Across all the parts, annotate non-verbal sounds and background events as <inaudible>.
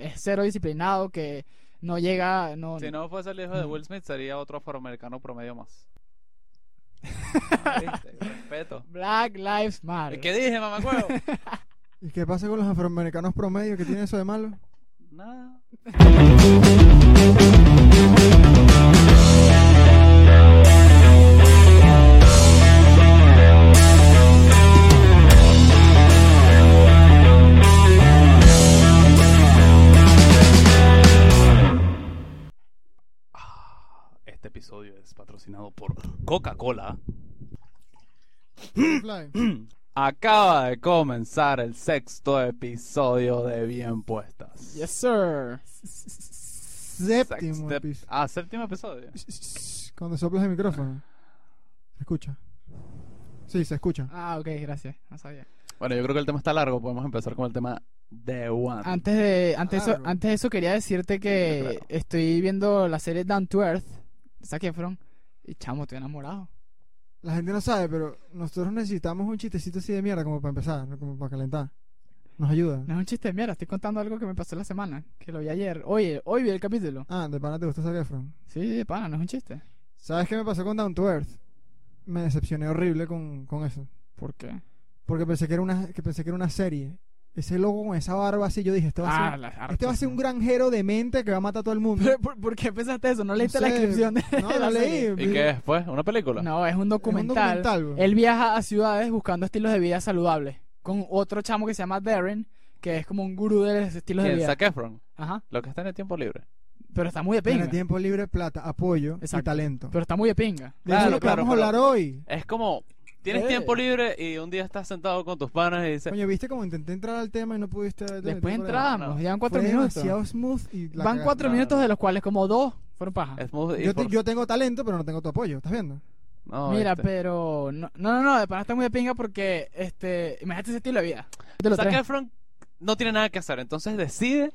es cero disciplinado, que no llega, no... Si no fuese el hijo de Will Smith, sería otro afroamericano promedio más. Viste, Respeto. Black Lives Matter. ¿Qué dije, mamacuevo? ¿Y qué pasa con los afroamericanos promedio? ¿Qué tiene eso <gasps> de malo? Nada. Este episodio es patrocinado por Coca-Cola. Fly. Acaba de comenzar el sexto episodio de Bien Puestas. Yes, sir. Séptimo Sexto- episodio. Ah, séptimo episodio. Cuando soplas el micrófono. Se escucha. Sí, se escucha. Ah, ok, gracias. No sabía. Bueno, yo creo que el tema está largo. Podemos empezar con el tema de One. Antes de, antes, de eso, Claro. antes de eso quería decirte que Yo creo. estoy viendo la serie Down to Earth. Zac Efron. Y chamo, estoy enamorado. La gente no sabe, pero nosotros necesitamos un chistecito así de mierda como para empezar, ¿no? como para calentar. Nos ayuda. No es un chiste, mira, estoy contando algo que me pasó la semana, que lo vi ayer. Oye, hoy vi el capítulo. Ah, de pana te gusta Zac Efron. Sí, sí, pana, no es un chiste. ¿Sabes qué me pasó con Down to Earth? Me decepcioné horrible con, con eso. ¿Por qué? Porque pensé que era una, que pensé que era una serie. Ese loco con esa barba así, yo dije, este va a ser, Ah, la este va a ser un gran... granjero demente que va a matar a todo <laughs> el mundo. ¿Pero por, por qué pensaste eso? ¿No leíste No la sé, descripción de No, de la <laughs> la leí. serie? ¿Y qué es, pues? ¿Una película? No, es un Es un documental. documental, güey. Él viaja a ciudades buscando estilos de vida saludables con otro chamo que se llama Darren, que es como un gurú de los estilos de ¿Quién? vida. Zac Efron. Ajá, Lo que está en el tiempo libre. pero está muy de Tiene pinga. tiempo libre, plata, apoyo y Exacto. talento. Pero está muy de pinga. De eso es Claro, lo que claro, vamos a pero- hablar hoy. Es como, tienes Eh. tiempo libre y un día estás sentado con tus panas y dices, Coño, viste cómo intenté entrar al tema y no pudiste. Después por ahí? entramos, no. llevan cuatro Fue minutos. demasiado smooth y la Van cagaste. cuatro No, minutos no. de los cuales como dos fueron paja. es muy- y Yo, te- por- yo tengo talento, pero no tengo tu apoyo, ¿estás viendo? No, Mira, este. pero no, no, no, no, de pana está muy de pinga porque este, imagínate ese estilo de vida. De los Zac tres. Efron no tiene nada que hacer, entonces decide.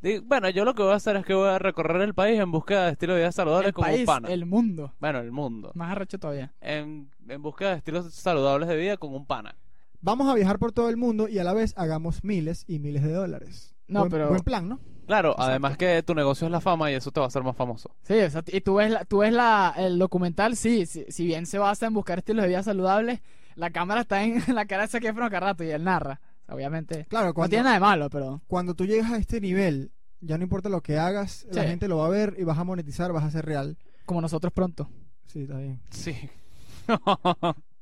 di- bueno, yo lo que voy a hacer es que voy a recorrer el país en búsqueda de estilo de vida saludable el como país, pana. el mundo, Bueno, el mundo. más arrecho todavía. En, en búsqueda de estilos saludables de vida con un pana. Vamos a viajar por todo el mundo y a la vez hagamos miles y miles de dólares. No, Buen- pero- Buen plan, ¿no? Claro, Exacto. además que tu negocio es la fama y eso te va a hacer más famoso. Sí, o sea, y tú ves, la, tú ves la, el documental, sí, si, si bien se basa en buscar estilos de vida saludables, la cámara está en <laughs> la cara de Zac Efron acá rato y él narra. Obviamente. Claro, No cuando, tiene nada de malo, pero cuando tú llegas a este nivel, ya no importa lo que hagas, la Sí. gente lo va a ver y vas a monetizar, vas a ser real. como nosotros pronto. Sí, está bien. <laughs> Sí.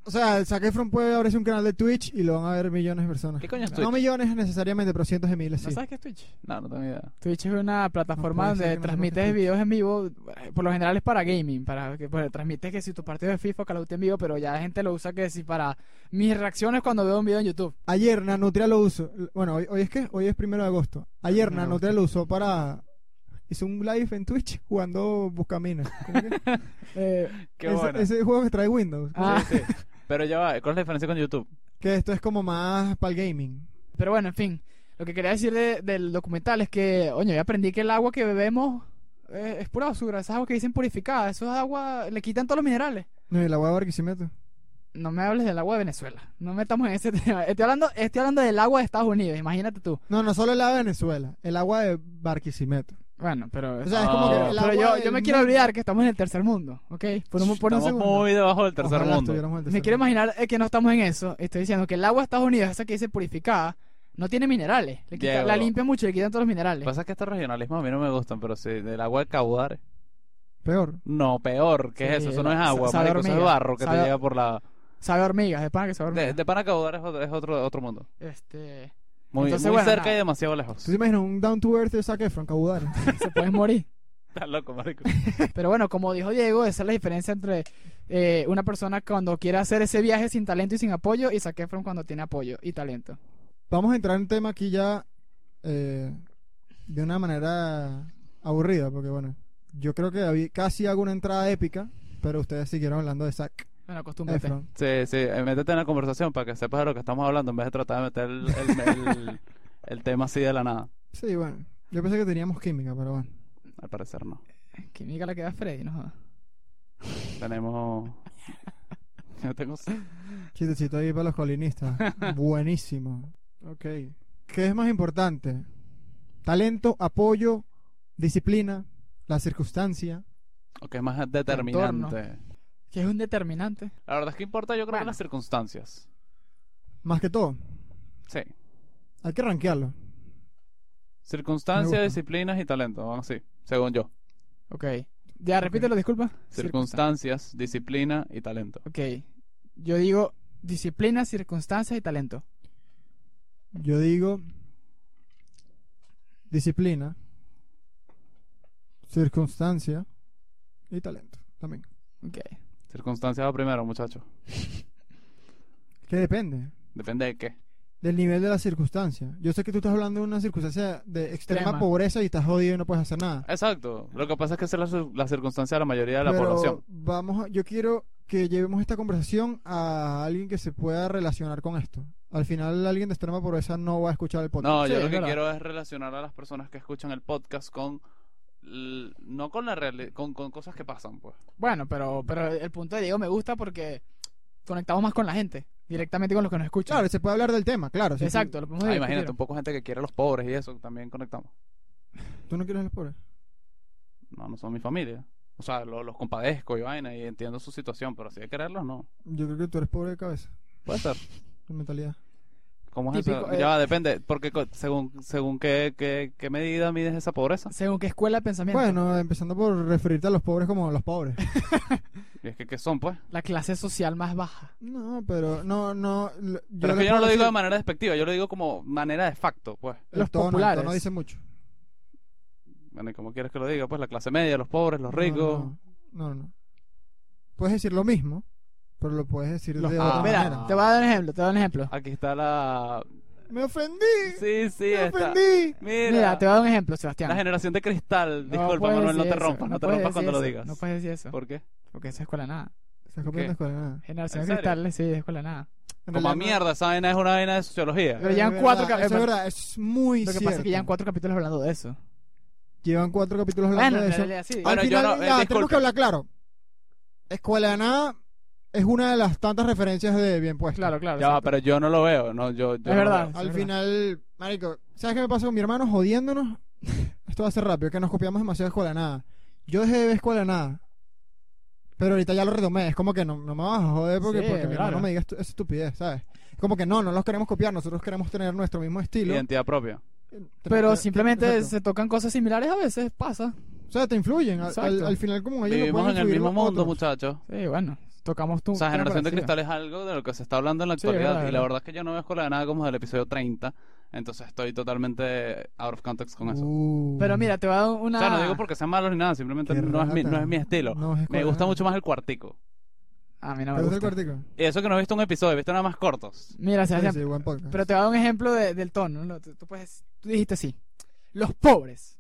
O sea, el Zac Efron puede abrirse un canal de Twitch y lo van a ver millones de personas. ¿Qué coño es No Twitch? millones necesariamente, pero cientos de miles, ¿No sí. sabes qué es Twitch? No, no tengo idea. Twitch es una plataforma No puede ser donde que no sepas qué transmites es Twitch. videos en vivo. eh, Por lo general es para gaming, para que pues, transmites que si tu partido de FIFA, Call of Duty en vivo, pero ya la gente lo usa que si para mis reacciones cuando veo un video en YouTube. Ayer Nanutria lo usó. Bueno, hoy, hoy es que hoy es primero de agosto. Ayer Primero de Nanutria lo usó para. Hizo un live en Twitch jugando Buscaminas. ¿Cómo que? Eh, Qué ese, bueno. ese juego que trae Windows. ah, Sí, sí. Pero ya va, ¿cuál es la diferencia con YouTube? Que esto es como más para el gaming. pero bueno, en fin. Lo que quería decir de- del documental es que, oño, yo aprendí que el agua que bebemos eh, es pura basura. Esa agua que dicen purificada, eso es agua, le quitan todos los minerales. No, y la hueá de Barquisimeto. No me hables del agua de Venezuela. No metamos en ese <laughs> tema. Estoy hablando, estoy hablando del agua de Estados Unidos, imagínate tú. No, no solo el agua de Venezuela, el agua de Barquisimeto. Bueno, pero... O sea, es como No, que. Pero, el pero agua yo, del yo me quiero mundo. olvidar que estamos en el tercer mundo, ¿ok? Por un, por un Estamos segundo. muy debajo del tercer Ojalá mundo. estuviéramos en el Me tercer quiero mundo. imaginar eh, que no estamos en eso. Estoy diciendo que el agua de Estados Unidos, esa que dice purificada, no tiene minerales. Le quita- Diego. la limpia mucho, le quitan todos los Lo minerales. que pasa es que estos regionalismos a mí no me gustan, pero sí, del agua de caudar. Peor. No, peor, ¿qué es Sí, eso? Eso no es sa- agua, sabe marico, eso es hormiga. barro que Sabe- te llega por la... Sabe a hormigas, de pana que sabe a De, hormigas. de pana caudar es otro, es otro, otro mundo. Este, Muy, Entonces, muy bueno, cerca nada. y demasiado lejos. ¿Tú te imaginas un Down to Earth de Zac Efron, caudal? se pueden morir. Estás loco, marico. Pero bueno, como dijo Diego, esa es la diferencia entre eh, una persona cuando quiere hacer ese viaje sin talento y sin apoyo y Zac Efron cuando tiene apoyo y talento. Vamos a entrar en un tema aquí ya eh, de una manera aburrida, porque bueno, yo creo que habí- casi hago una entrada épica, pero ustedes siguieron hablando de Zac Bueno, acostúmbrate. <laughs> Efron. Sí, sí, eh, métete en la conversación para que sepas de lo que estamos hablando en vez de tratar de meter el, el- el- el tema así de la nada. Sí, bueno, yo pensé que teníamos química, pero bueno. Al parecer no. Que miga la queda Freddy, no jodas. Tenemos... Yo tengo... Chistecito ahí para los colinistas. Buenísimo. Ok. ¿Qué es más importante? Talento, apoyo, disciplina, la circunstancia. O que es más determinante. Que es un determinante. La verdad es que importa, yo creo, Bueno. las circunstancias. Más que todo, Sí. hay que rankearlo. Me Circunstancias, gusta. disciplinas y talento, van así, según yo. Ok. Ya, repítelo, disculpa. Circunstancias, disciplina y talento. Ok. Yo digo disciplina, circunstancias y talento. Yo digo disciplina, circunstancia y talento también. Ok. Circunstancias va primero, muchachos. Que depende Depende de qué. del nivel de la circunstancia. Yo sé que tú estás hablando de una circunstancia de extrema Extrema. pobreza y estás jodido y no puedes hacer nada. Exacto. Lo que pasa es que esa es la, cir- la circunstancia de la mayoría de la Pero población. Vamos, a- yo quiero que llevemos esta conversación a alguien que se pueda relacionar con esto. Al final alguien de extrema pobreza no va a escuchar el podcast. No, Sí, yo es lo que verdad. quiero es relacionar a las personas que escuchan el podcast con. l- No con la reali- con, con cosas que pasan, pues. Bueno, pero, pero el punto de Diego me gusta porque conectamos más con la gente, directamente con los que nos escuchan. Claro, se puede hablar del tema, claro. si tú- Exacto, lo podemos Ah, discutir. imagínate, un poco gente que quiere a los pobres y eso, también conectamos. ¿Tú, no quieres los pobres? No, no son mi familia. O sea, lo- los compadezco y vaina y entiendo su situación, pero si hay que quererlos, no. Yo creo que tú eres pobre de cabeza, Puede ser. de mentalidad. ¿Cómo es Típico, eso? eh. Ya va, depende. Porque co- según, según qué, qué, qué medida mides esa pobreza. Según qué escuela de pensamiento. Bueno, empezando por referirte a los pobres como los pobres. Y es que, ¿qué son, pues? La clase social más baja. <laughs> No, pero no, no. lo- Yo Pero es que les yo no puedo lo digo decir- de manera despectiva, yo lo digo como manera de facto, pues. el los tono, el populares. tono dice mucho. Bueno, ¿y cómo quieres que lo diga? Pues la clase media, los pobres, los ricos. No, no, no, no. Puedes decir lo mismo, pero lo puedes decir Los- de Ah. otra Mira, manera. te voy a dar un ejemplo, te voy a dar un ejemplo. Aquí está la. Me ofendí. Sí, sí, me está. ofendí. Mira, Mira, te voy a dar un ejemplo, Sebastián. la generación de cristal. No Disculpa, puedes Manuel, no te decir eso, rompas, no, te puedes rompas decir cuando lo eso, digas. No puedes decir eso, ¿Por qué? porque eso es escuela de nada. Se copió en la escuela, nada. Generación ¿En de serio? cristales, sí, es escuela de nada. Como En realidad a no- mierda, esa vaina es una vaina de sociología. Pero ya en Es cuatro verdad, cap- eh, eso es verdad, es muy Lo que cierto. pasa es que ya en cuatro capítulos hablando de eso. Llevan cuatro capítulos hablando Bueno, en de eso. realidad sí. Ah, Bueno, Al yo final, no, eh, ya, tenemos disculpa. que hablar claro. Escuela de nada es una de las tantas referencias de bien puesto. Claro, claro. Ya va, exacto. pero yo no lo veo. No, yo, yo Es no lo verdad. veo. Al es final, marico, ¿sabes qué me pasa con mi hermano jodiéndonos? <laughs> Esto va a ser rápido, que nos copiamos demasiado de escuela de nada. Yo dejé de ver escuela de nada. Pero ahorita ya lo retomé, es como que no, no me vas a joder porque, Sí, porque mi hermano claro. me diga estu- esa estupidez, ¿sabes? Como que no, no los queremos copiar, nosotros queremos tener nuestro mismo estilo. Identidad propia. Pero simplemente Exacto. se tocan cosas similares a veces, pasa. O sea, te influyen. Al, Exacto. al- al final, como ellos lo Vivimos pueden en el influir mismo mundo, otros. muchachos. Sí, bueno, tocamos tú. O sea, temas generación de parecidos. cristal es algo de lo que se está hablando en la Sí, es actualidad. verdad, y la verdad. verdad es que yo no veo escuela de nada como del episodio 30. Entonces estoy totalmente out of context con eso. Uh, Pero mira, te voy a dar una... O sea, no digo porque sean malos ni nada, simplemente qué no es, mi, rata. no es mi estilo. No, es Me escuela gusta de mucho más el cuartico. A mí no nada. me ¿Te gusta el gusta. cuartico? Y eso que no he visto un episodio, he visto nada más cortos. Mira, Sebastián, Sí, sí, buen podcast. pero te voy a dar un ejemplo de- del tono. ¿no? Tú, tú puedes- tú dijiste así. Los pobres.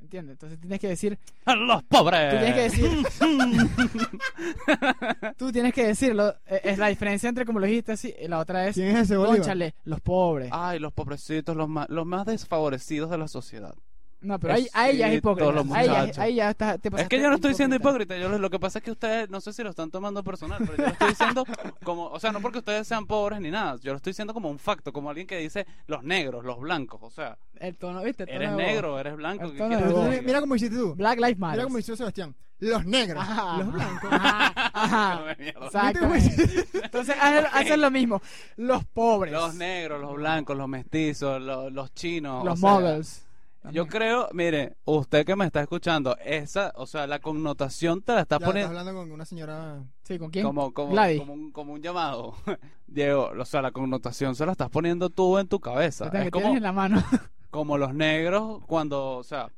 ¿Entiendes? Entonces tienes que decir... ¡A ¡Los pobres! Mm. Tú tienes que <laughs> decir... Eh. tú tienes que decirlo. Eh, Es la diferencia entre como lo dijiste así y la otra es... ¿Quién es ese Bolívar? Pónchale, los pobres. Ay, los pobrecitos, los más, los más desfavorecidos de la sociedad. No, pero ahí, Es- ahí ya es sí, hipócrita. todos los Ahí ya, muchachos. ahí ya está, Pues te es pasaste que yo no estoy siendo hipócrita. hipócrita. Yo lo, lo que pasa es que ustedes, no sé si lo están tomando personal, pero yo lo <laughs> estoy diciendo como, o sea, no porque ustedes sean pobres ni nada. Yo lo estoy diciendo como un facto, como alguien que dice los negros, los blancos. O sea, El tono, ¿viste? El tono eres de voz. negro, eres blanco. ¿qué Tono de quieres que voz. te Mira, diga? <laughs> mira cómo hiciste tú. Black Lives Matter. Mira cómo hizo Sebastián. Los negros, Ajá, ajá, los blancos. Ajá, No <laughs> ajá. me mierda. Exactamente. Entonces haz- hacen lo mismo. Los pobres. Los negros, los blancos, los mestizos, los, los chinos. Los o sea, muggles. Yo creo, mire, usted que me está escuchando, esa, o sea, la connotación te la está Ya, Estás poniendo hablando con una señora. Sí, ¿con quién? como, como, Gladys. como, un, como un llamado. <laughs> Diego, o sea, la connotación se la estás poniendo tú en tu cabeza. La que Es tienes como, en la mano. como los negros cuando, o sea,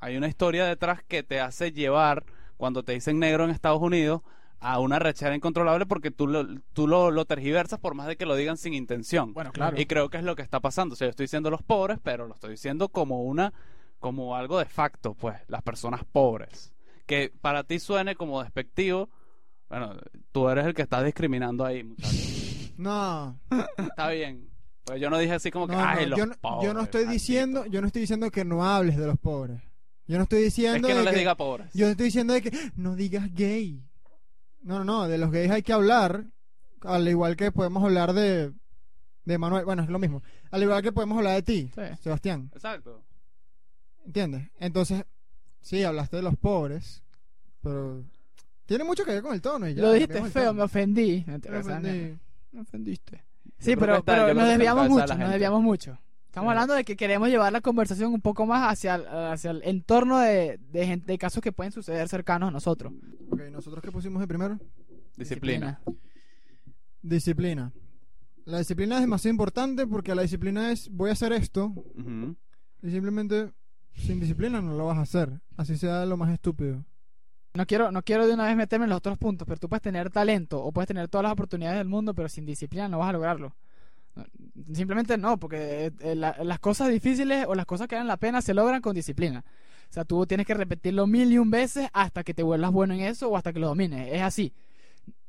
hay una historia detrás que te hace llevar, cuando te dicen negro en Estados Unidos, a una rechera incontrolable porque tú lo, tú lo, lo tergiversas por más de que lo digan sin intención. Bueno, claro. Y creo que es lo que está pasando. O sea, yo estoy diciendo los pobres, pero lo estoy diciendo como una, como algo de facto, pues, las personas pobres. Que para ti suene como despectivo, bueno, tú eres el que estás discriminando ahí, <laughs> muchacho. No, está bien. Pero yo no dije así como que, no, ay, no, los yo, no pobres. yo no estoy maldito". diciendo, yo no estoy diciendo que no hables de los pobres. Yo no estoy Es diciendo que no de les que- diga pobres. yo no estoy diciendo de que no digas gay. No, no, no, de los gays hay que hablar, al igual que podemos hablar de de Manuel, bueno, es lo mismo. Al igual que podemos hablar de ti, Sí. Sebastián, Exacto. ¿entiendes? Entonces, sí, hablaste de los pobres, pero tiene mucho que ver con el tono. Y ya, Lo cambiamos dijiste el feo, tono. me ofendí. No te- Me o sea, ofendí. me- me ofendiste. Yo Sí, creo que pero, está- pero yo creo nos que desviamos está- está mucho, la nos gente. desviamos mucho. Estamos Sí. hablando de que queremos llevar la conversación un poco más hacia el, hacia el entorno de, de, gente, de casos que pueden suceder cercanos a nosotros. Ok, ¿nosotros qué pusimos de primero? Disciplina. Disciplina. La disciplina es demasiado importante porque la disciplina es voy a hacer esto Ujú. y simplemente sin disciplina no lo vas a hacer. Así sea lo más estúpido. No quiero, no quiero de una vez meterme en los otros puntos, pero tú puedes tener talento o puedes tener todas las oportunidades del mundo, pero sin disciplina no vas a lograrlo. No, Simplemente no, porque eh, eh, la- las cosas difíciles o las cosas que valen la pena se logran con disciplina. O sea, tú tienes que repetirlo mil y un veces hasta que te vuelvas bueno en eso o hasta que lo domines. Es así.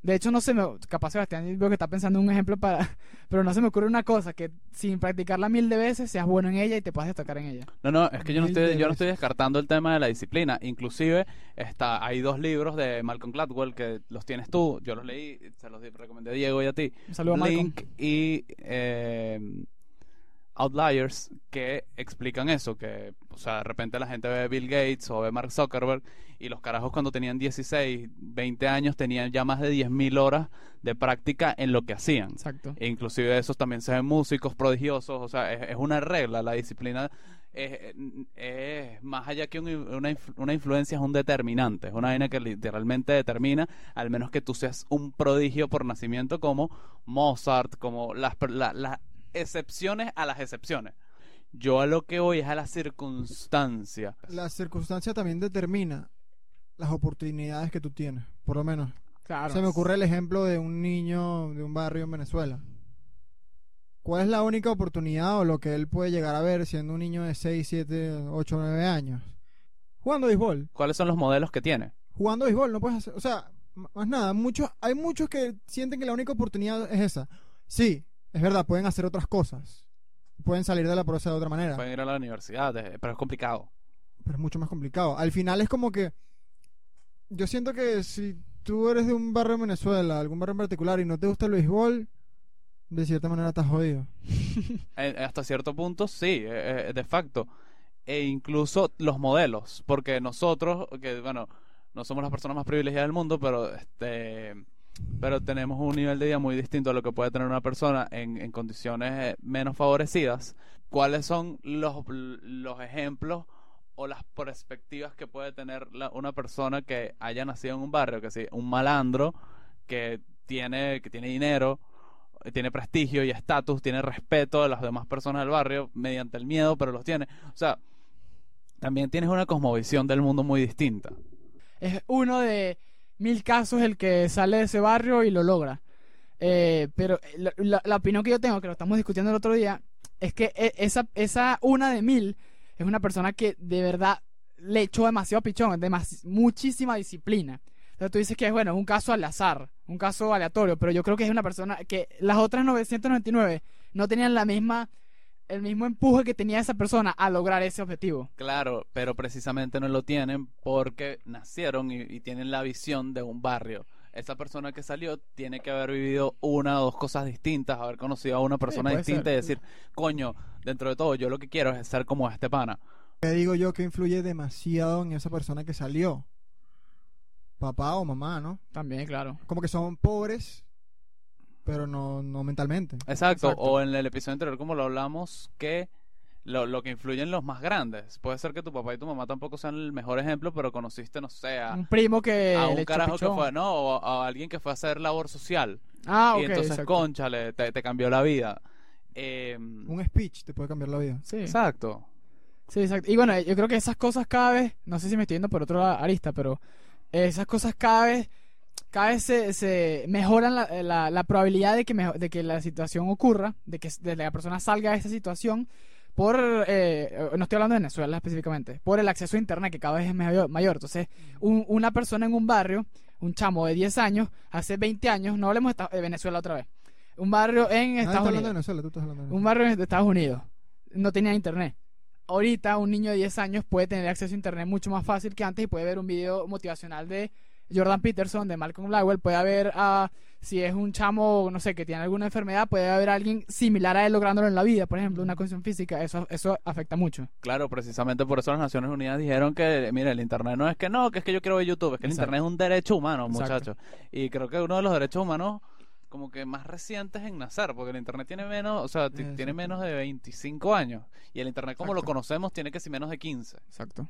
De hecho, no se me. Capaz Sebastián, veo que está pensando en un ejemplo para. <laughs> Pero no se me ocurre una cosa que sin practicarla mil de veces seas bueno en ella y te puedas destacar en ella. No, no, es que yo no Mil estoy, de yo no veces. estoy descartando el tema de la disciplina. Inclusive está, hay dos libros de Malcolm Gladwell que los tienes tú. Yo los leí, se los di- recomendé a Diego y a ti. Un saludo a Malcolm. Link y eh, Outliers que explican eso, que o sea, de repente la gente ve Bill Gates o ve Mark Zuckerberg y los carajos cuando tenían 16, 20 años tenían ya más de 10.000 horas de práctica en lo que hacían. Exacto. E inclusive esos también se ven músicos prodigiosos, o sea, es, es una regla, la disciplina es, es más allá que un- una, inf- una influencia, es un determinante, es una vaina que literalmente determina, al menos que tú seas un prodigio por nacimiento como Mozart, como las, per- la- las excepciones a las excepciones. Yo a lo que voy es a la circunstancia. La circunstancia también determina las oportunidades que tú tienes, por lo menos. Claro. Se me ocurre el ejemplo de un niño de un barrio en Venezuela. ¿Cuál es la única oportunidad o lo que él puede llegar a ver siendo un niño de 6, 7, 8, 9 años? Jugando béisbol. ¿Cuáles son los modelos que tiene? Jugando béisbol, no puedes hacer. O sea, m- más nada, muchos, hay muchos que sienten que la única oportunidad es esa. Sí, es verdad, pueden hacer otras cosas. Pueden salir de la prosa de otra manera. Pueden ir a la universidad, eh, pero es complicado. pero es mucho más complicado. Al final es como que yo siento que si tú eres de un barrio en Venezuela, algún barrio en particular y no te gusta el béisbol, de cierta manera estás jodido. Eh, hasta cierto punto, sí, eh, eh, de facto. E incluso los modelos, porque nosotros, que bueno, no somos las personas más privilegiadas del mundo, pero este pero tenemos un nivel de vida muy distinto a lo que puede tener una persona en, en condiciones eh, menos favorecidas. ¿Cuáles son los, los ejemplos o las perspectivas que puede tener la- una persona que haya nacido en un barrio, que sí, un malandro que tiene, que tiene dinero, eh, tiene prestigio y estatus, tiene respeto de las demás personas del barrio mediante el miedo, pero los tiene. O sea, también tienes una cosmovisión del mundo muy distinta. es uno de mil casos el que sale de ese barrio y lo logra. Eh, pero la, la- la opinión que yo tengo, que lo estamos discutiendo el otro día, es que e- esa, esa una de mil es una persona que de verdad le echó demasiado pichón, demas- muchísima disciplina. O sea, tú dices que es bueno, es un caso al azar, un caso aleatorio, pero yo creo que es una persona que las otras 999 no tenían la misma, el mismo empuje que tenía esa persona a lograr ese objetivo. Claro, pero precisamente no lo tienen porque nacieron y, y tienen la visión de un barrio. Esa persona que salió tiene que haber vivido una o dos cosas distintas, haber conocido a una persona puede distinta y ser. decir, coño, dentro de todo, yo lo que quiero es ser como este pana. Te digo yo que influye demasiado en esa persona que salió. Papá o mamá, ¿no? También, claro. Como que son pobres, pero no, no mentalmente. Exacto. Exacto. O en el episodio anterior, como lo hablamos, que lo, lo que influyen los más grandes. Puede ser que tu papá y tu mamá tampoco sean el mejor ejemplo, pero conociste, no sé, a, Un primo que Ah. a le un echó carajo que Mm. pichón. fue, no, o a, a alguien que fue a hacer labor social. Ah, ok. y entonces, exacto. Mm. conchale, te, te cambió la vida. Eh, Un speech te puede cambiar la vida. Sí. Exacto. sí, exacto. Y bueno, yo creo que esas cosas cada vez, no sé si me estoy yendo por otra arista, pero esas cosas cada vez, cada vez se, se mejoran la, eh, la- la probabilidad de que, mejo- de que la situación ocurra, de que de la persona salga de esa situación por, eh, no estoy hablando de Venezuela específicamente, por el acceso a internet que cada vez es mayor. mayor. Entonces, un- una persona en un barrio, un chamo de 10 años, hace 20 años, no hablemos de, esta- de Venezuela otra vez, un barrio en Nadie está Estados hablando Unidos. de Venezuela, tú estás hablando de un Venezuela. barrio de Estados Unidos no tenía internet. Ahorita un niño de 10 años puede tener acceso a internet mucho más fácil que antes y puede ver un video motivacional de Jordan Peterson, de Malcolm Gladwell, puede haber a, si es un chamo, no sé, que tiene alguna enfermedad, puede haber alguien similar a él lográndolo en la vida, por ejemplo, una condición física, eso, eso afecta mucho. Claro, precisamente por eso las Naciones Unidas dijeron que, mira, el Internet no es que no, que es que yo quiero ver YouTube, es que el Exacto. Internet es un derecho humano, Exacto. muchachos. Y creo que uno de los derechos humanos como que más recientes en nacer, porque el Internet tiene menos, o sea, ti- Exacto. tiene menos de 25 años. Y el Internet como lo Exacto. conocemos tiene que ser menos de 15. Exacto.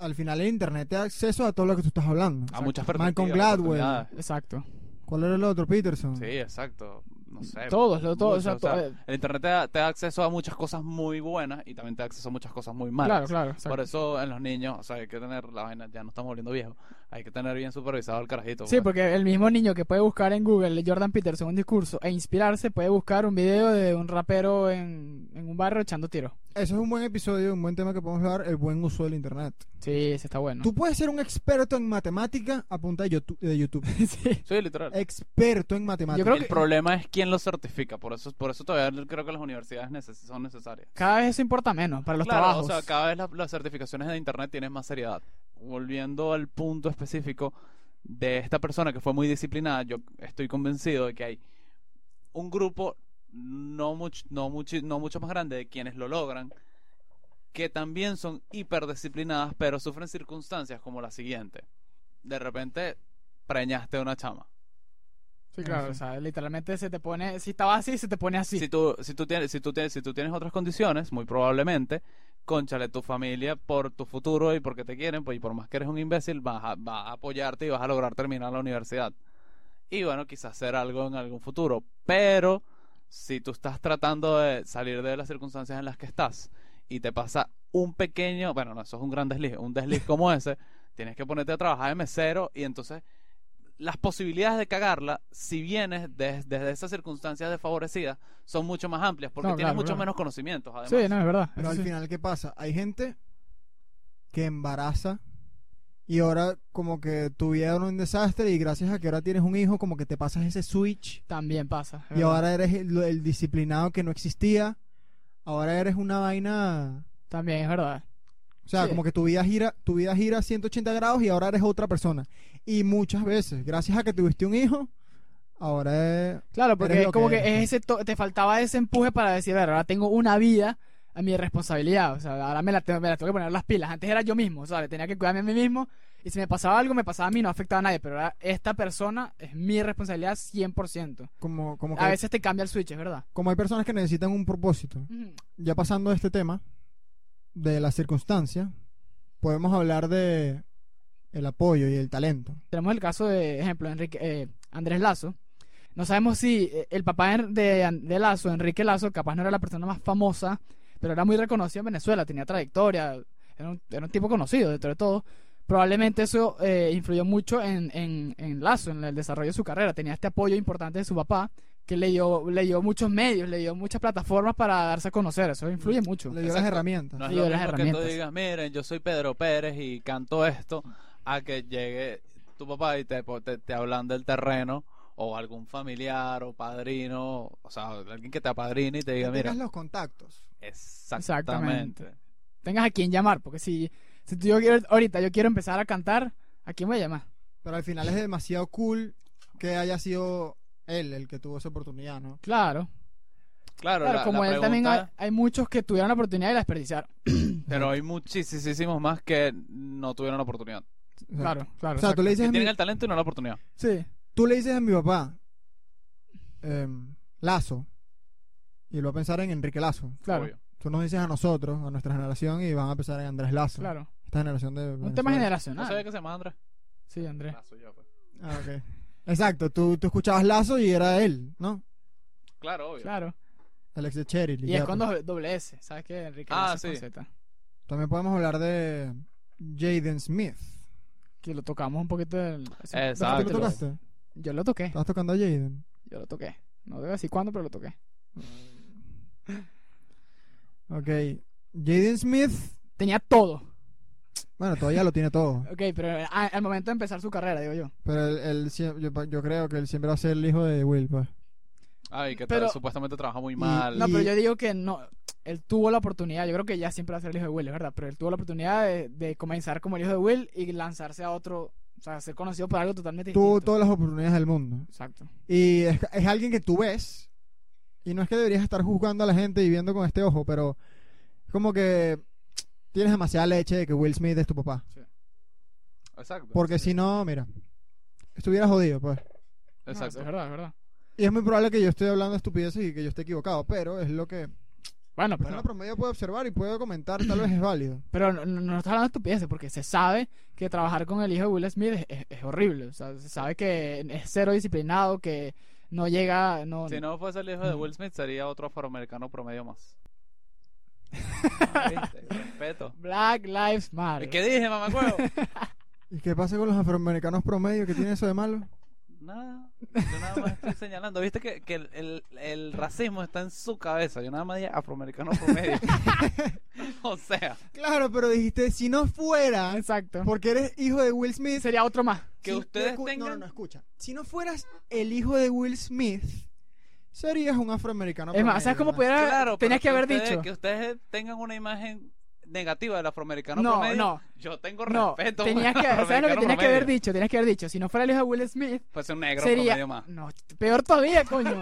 Al final el internet te da acceso a todo lo que tú estás hablando. Ah. A muchas personas. Malcolm Gladwell. Exacto. ¿Cuál era el otro? Mm. Peterson. Sí, exacto. No sé. Todos, lo- todos, Eh, mucho, o sea, to- eh, el Internet te da, te da acceso a muchas cosas muy buenas y también te da acceso a muchas cosas muy malas. Claro, claro. exacto. Por eso en los niños, o sea, hay que tener la vaina, ya no estamos volviendo viejos, hay que tener bien supervisado el carajito. Sí, pues. porque el mismo niño que puede buscar en Google Jordan Peterson un discurso e inspirarse puede buscar un video de un rapero en, en un barrio echando tiros. Eso es un buen episodio, un buen tema que podemos hablar, el buen uso del internet. Sí, ese está bueno. Tú puedes ser un experto en matemática a punta de YouTube. de <laughs> YouTube. <laughs> Sí. Sí, literal. Eh, experto en matemática. Yo creo el que- problema es quién lo certifica, por eso por eso todavía creo que las universidades neces- son necesarias. Cada vez eso importa menos para los claro, trabajos. o sea, cada vez las, las certificaciones de internet tienen más seriedad. Volviendo al punto específico de esta persona que fue muy disciplinada, yo estoy convencido de que hay un grupo no much- no muchi- no mucho más grande de quienes lo logran que también son hiperdisciplinadas, pero sufren circunstancias como la siguiente. De repente preñaste a una chama. Sí, claro, o sea, literalmente se te pone, si estaba así, se te pone así. Si tú, si tú tienes, si tú tienes, si tú tienes otras condiciones, muy probablemente, conchale tu familia por tu futuro y porque te quieren, pues y por más que eres un imbécil, vas a, vas a apoyarte y vas a lograr terminar la universidad. Y bueno, quizás hacer algo en algún futuro. Pero si tú estás tratando de salir de las circunstancias en las que estás y te pasa un pequeño, bueno, no, eso es un gran desliz, un desliz como ese, tienes que ponerte a trabajar de mesero y entonces las posibilidades de cagarla, si vienes de- desde esas circunstancias desfavorecidas, son mucho más amplias porque No, tienes claro, muchos claro. menos conocimientos. Además. sí, no, es verdad. Pero eso al sí. final, ¿qué pasa? Hay gente que embaraza y ahora como que tuvieron un desastre y gracias a que ahora tienes un hijo como que te pasas ese switch También pasa. es y verdad. ahora eres el, el disciplinado que no existía. Ahora eres una vaina... También es verdad. O sea, Sí. como que tu vida gira, tu vida gira 180 grados y ahora eres otra persona. Y muchas veces, gracias a que tuviste un hijo, ahora es... pues. Claro, porque Eres es lo como que que eres, es ¿no? ese to- te faltaba ese empuje para decir, "Ver, ahora tengo una vida a mi responsabilidad. O sea, ahora me la, tengo, me la tengo que poner las pilas. Antes era yo mismo, ¿sabes? Tenía que cuidarme a mí mismo. Y si me pasaba algo, me pasaba a mí, no afectaba a nadie. Pero ahora esta persona es mi responsabilidad 100%. Como, como, que- A veces te cambia el switch, es verdad. como hay personas que necesitan un propósito. Ujú. ya pasando de este tema de la circunstancia, podemos hablar de el apoyo y el talento. Tenemos el caso de, ejemplo, Enrique, eh, Andrés Lazo. No sabemos si eh, el papá en- de, An- de Lazo, Enrique Lazo, capaz no era la persona más famosa, pero era muy reconocido en Venezuela, tenía trayectoria, era un, era un tipo conocido dentro de todo. Probablemente eso eh, influyó mucho en, en- en Lazo, en el desarrollo de su carrera. Tenía este apoyo importante de su papá, que le dio, le dio muchos medios, le dio muchas plataformas para darse a conocer. Eso influye mucho. Le dio las Exacto. herramientas. No es Sí, lo de las mismo que tú herramientas. digas, miren, yo soy Pedro Pérez y canto esto, a que llegue tu papá y te, po- te, te hablan del terreno, o algún familiar, o padrino, o sea, alguien que te apadrine y te diga, Que mira, tengas los contactos. exactamente. Exactamente. Tengas a quien llamar, porque si, si tú- yo quiero, ahorita yo quiero empezar a cantar, ¿a quién voy a llamar? Pero al final es demasiado cool que haya sido él el que tuvo esa oportunidad, ¿no? Claro. Claro, Claro, la- como la él también hay, pregunta- hay muchos que tuvieron la oportunidad y la desperdiciaron. Pero hay muchísimos más que no tuvieron la oportunidad. O sea, Claro, claro. O sea, tú le, Que dices a mi, tienen el talento y no la oportunidad. Sí, tú le dices a mi papá, em, Lazo, y lo va a pensar en Enrique Lazo. claro, obvio. Tú nos dices a nosotros, a nuestra generación, y van a pensar en Andrés Lazo. claro. Esta generación Un de... tema Venezuela. No generacional. sabía que se llama Andrés. Sí, Andrés. Ah, soy yo, pues. Ah, ok. Exacto, tú, tú escuchabas Lazo y era él, ¿no? Claro, obvio. Claro. El ex de Cherry. Y es pues. con doble, doble S, ¿sabes qué? Enrique Ah, Lazo con sí. Z, También podemos hablar de Jaden Smith. Que lo tocamos un poquito. del- sí, Exacto. ¿Tú lo bastante lo- tocaste? Yo lo toqué, ¿Estabas tocando a Jaden? yo lo toqué. No debo decir cuándo, pero lo toqué. Ok. Jaden Smith, Tenía todo. bueno, todavía lo tiene todo. Ok, pero a- al momento de empezar su carrera, digo yo. Pero él, él sie- yo, yo creo que él siempre va a ser el hijo de Will, pues. Ay, Ah, que Pero- tal, supuestamente trabaja muy mal. No, Y- pero yo digo que no. Él tuvo la oportunidad, yo creo que ya siempre va a ser el hijo de Will, es verdad, pero él tuvo la oportunidad de, de comenzar como el hijo de Will y lanzarse a otro O sea, ser conocido por algo totalmente Tuvo distinto. todas las oportunidades del mundo. Exacto. Y es, es alguien que tú ves. Y no es que deberías estar juzgando a la gente y viendo con este ojo, pero es como que tienes demasiada leche de que Will Smith es tu papá. Exacto. Porque si no, mira, estuvieras jodido, pues. No, Exacto. es verdad, es verdad. Y es muy probable que yo esté hablando estupideces y que yo esté equivocado, pero es lo que Bueno, la persona pero, promedio puede observar y puede comentar, tal vez es válido. pero no, no, no estás hablando de estupideces porque se sabe que trabajar con el hijo de Will Smith es, es- es horrible. O sea, se sabe que es cero disciplinado, que no llega. No, Si no fuese el hijo de Will Smith, sería otro afroamericano <laughs> promedio más. Ah, ¿viste? Respeto. Black Lives ¿Y Matter. qué dije, mamá ¿Y qué pasa con los afroamericanos promedio? ¿Qué tiene eso de malo? Nada. Yo nada más estoy señalando. Viste que, que el, el- el racismo está en su cabeza. Yo nada más dije afroamericano <laughs> promedio. <laughs> o sea, Claro, pero dijiste, si no fuera, Exacto. porque eres hijo de Will Smith, Sería otro más. que Si- ustedes escu- tengan. No, no, no, escucha. Si no fueras el hijo de Will Smith, serías un afroamericano. es más, promedio, ¿sabes cómo ¿verdad? pudiera.? Claro, pero tenías que haber ustedes- dicho. Que ustedes tengan una imagen negativa del afroamericano No, promedio. no. Yo tengo No, respeto. por tenías el <laughs> que, ¿sabes lo que afroamericano tenías que haber promedio. dicho? Tenías que haber dicho, si no fuera el hijo de Will Smith, Fuese un negro sería... promedio más. No, peor todavía, coño.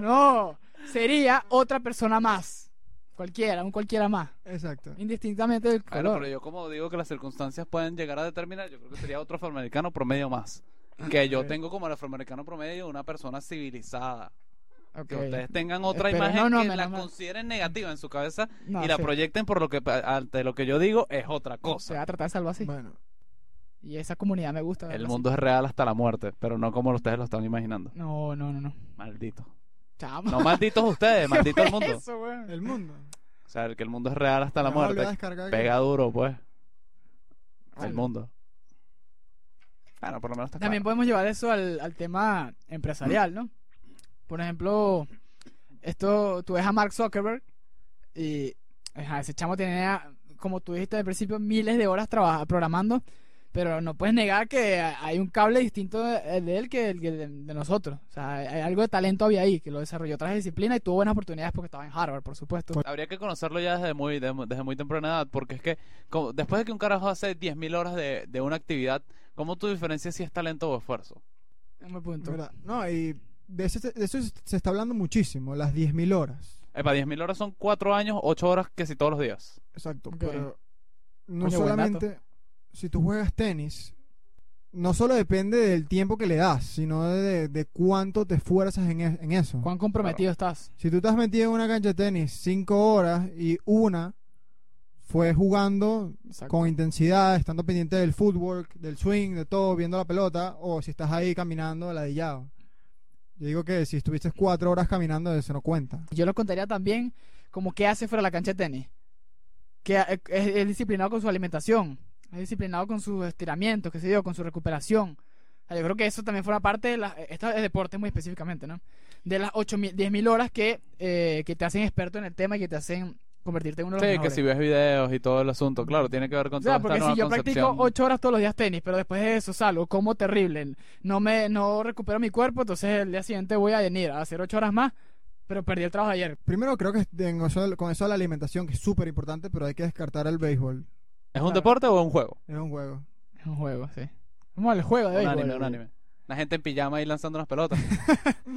no, sería otra persona más. Cualquiera, un cualquiera más. Exacto. Indistintamente del Bueno, color. pero yo como digo que las circunstancias pueden llegar a determinar, yo creo que sería otro afroamericano promedio más. Que yo Ok. tengo como el afroamericano promedio una persona civilizada. Ok. Que ustedes tengan otra Espero- imagen no, no, que menos la mal. consideren negativa en su cabeza No, y la sí. proyecten por lo que pa- ante lo que yo digo es otra Se cosa. va a tratar de salvar así. Bueno, Y esa comunidad me gusta. Mm. El verla mundo es real hasta la muerte, pero no como ustedes lo están imaginando. así. No, no, no, no. Maldito. Chamo. <laughs> No malditos ustedes, maldito el mundo. Eso, weón. el mundo. O sea, el que el mundo es real hasta la Me voy a volver a muerte. descargar aquí. Pega duro, pues. Vale. El mundo. Bueno, por lo menos está También claro. podemos llevar eso al, al tema empresarial, ¿no? Por ejemplo, esto, tú ves a Mark Zuckerberg y ajá, ese chamo tenía, como tú dijiste al principio, miles de horas traba- programando, pero no puedes negar que ha- hay un cable distinto de, eh, de él que el que de, de nosotros. O sea, hay- hay algo de talento había ahí, que lo desarrolló tras disciplina y tuvo buenas oportunidades porque estaba en Harvard, por supuesto. Habría que conocerlo ya desde muy, de- desde muy temprana edad, porque es que como- después de que un carajo hace 10.000 horas de, de una actividad, ¿cómo tú diferencias si es talento o esfuerzo? Es muy punto. ¿Verdad? No, y de eso, se- de eso se está hablando muchísimo, las 10.000 horas. Epa, 10.000 horas son 4 años, 8 horas que si todos los días. Exacto, Ok. pero no Coño, buen solamente si tú juegas tenis, no solo depende del tiempo que le das, sino de, de cuánto te esfuerzas en, e- en eso. ¿Cuán comprometido estás? Si tú te has metido en una cancha de tenis cinco horas y una fue jugando Exacto. con intensidad, estando pendiente del footwork, del swing, de todo, viendo la pelota, o si estás ahí caminando ladillado. Yo digo que si estuviste cuatro horas caminando, eso no cuenta. Yo lo contaría también como qué hace fuera de la cancha de tenis. Que eh, es, es disciplinado con su alimentación, es disciplinado con sus estiramientos, qué sé yo, con su recuperación. O sea, yo creo que eso también forma parte de las, esto es deporte muy específicamente, ¿no? De las 8.000, 10.000 horas que, eh, que te hacen experto en el tema y que te hacen convertirte en uno de los Sí, que mejores. si ves videos y todo el asunto, claro, tiene que ver con O toda sea, esta porque si nueva yo practico concepción. 8 horas todos los días tenis, pero después de eso salgo como terrible, no me no recupero mi cuerpo, entonces el día siguiente voy a venir a hacer 8 horas más, pero perdí el trabajo de ayer. Primero creo que en eso- con eso de la alimentación, que es súper importante, pero hay que descartar el béisbol. ¿Es un deporte o un juego? Es un juego. Es un juego, sí. Vamos al juego de Un béisbol. anime, un anime. La gente en pijama ahí lanzando unas pelotas.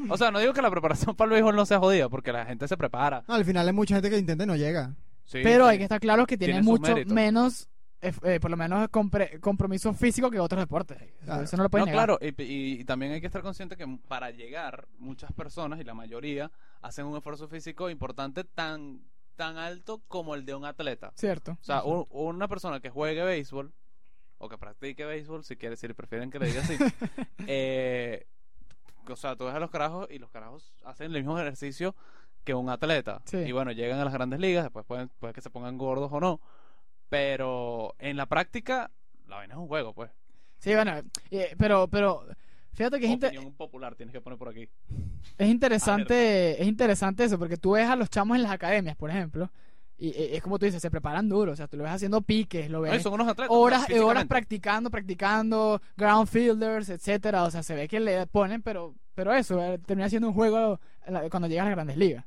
o sea, no digo que la preparación para el béisbol no sea jodida, porque la gente se prepara. No, al final hay mucha gente que intenta y no llega. Sí, Pero sí. hay que estar claro que tiene, Tiene sus mucho méritos. menos, eh, eh, por lo menos compre- compromiso físico que otros deportes. Claro. Eso no lo puedes no, negar. claro, y, y- y también hay que estar consciente que para llegar, muchas personas, y la mayoría, hacen un esfuerzo físico importante tan, tan alto como el de un atleta. Cierto. O sea, un- una persona que juegue béisbol, o que practique béisbol, si quiere, si le prefieren que le diga <laughs> así, eh, o sea, tú ves a los carajos y los carajos hacen el mismo ejercicio que un atleta. Sí. Y bueno, llegan a las grandes ligas, después pueden, puede que se pongan gordos o no, pero en la práctica, la vaina es un juego, pues. Sí, bueno, eh, pero, pero fíjate que es, inter- Opinión popular tienes que poner por aquí. es interesante, es interesante eso, porque tú ves a los chamos en las academias, por ejemplo, y eh, es como tú dices, se preparan duro, o sea, tú lo ves haciendo piques, lo No, ves y son unos atletas. o horas sea, y horas físicamente. practicando, practicando, ground fielders, etcétera, o sea, se ve que le ponen, pero pero eso eh, termina siendo un juego a la- cuando llegas a las Grandes Ligas.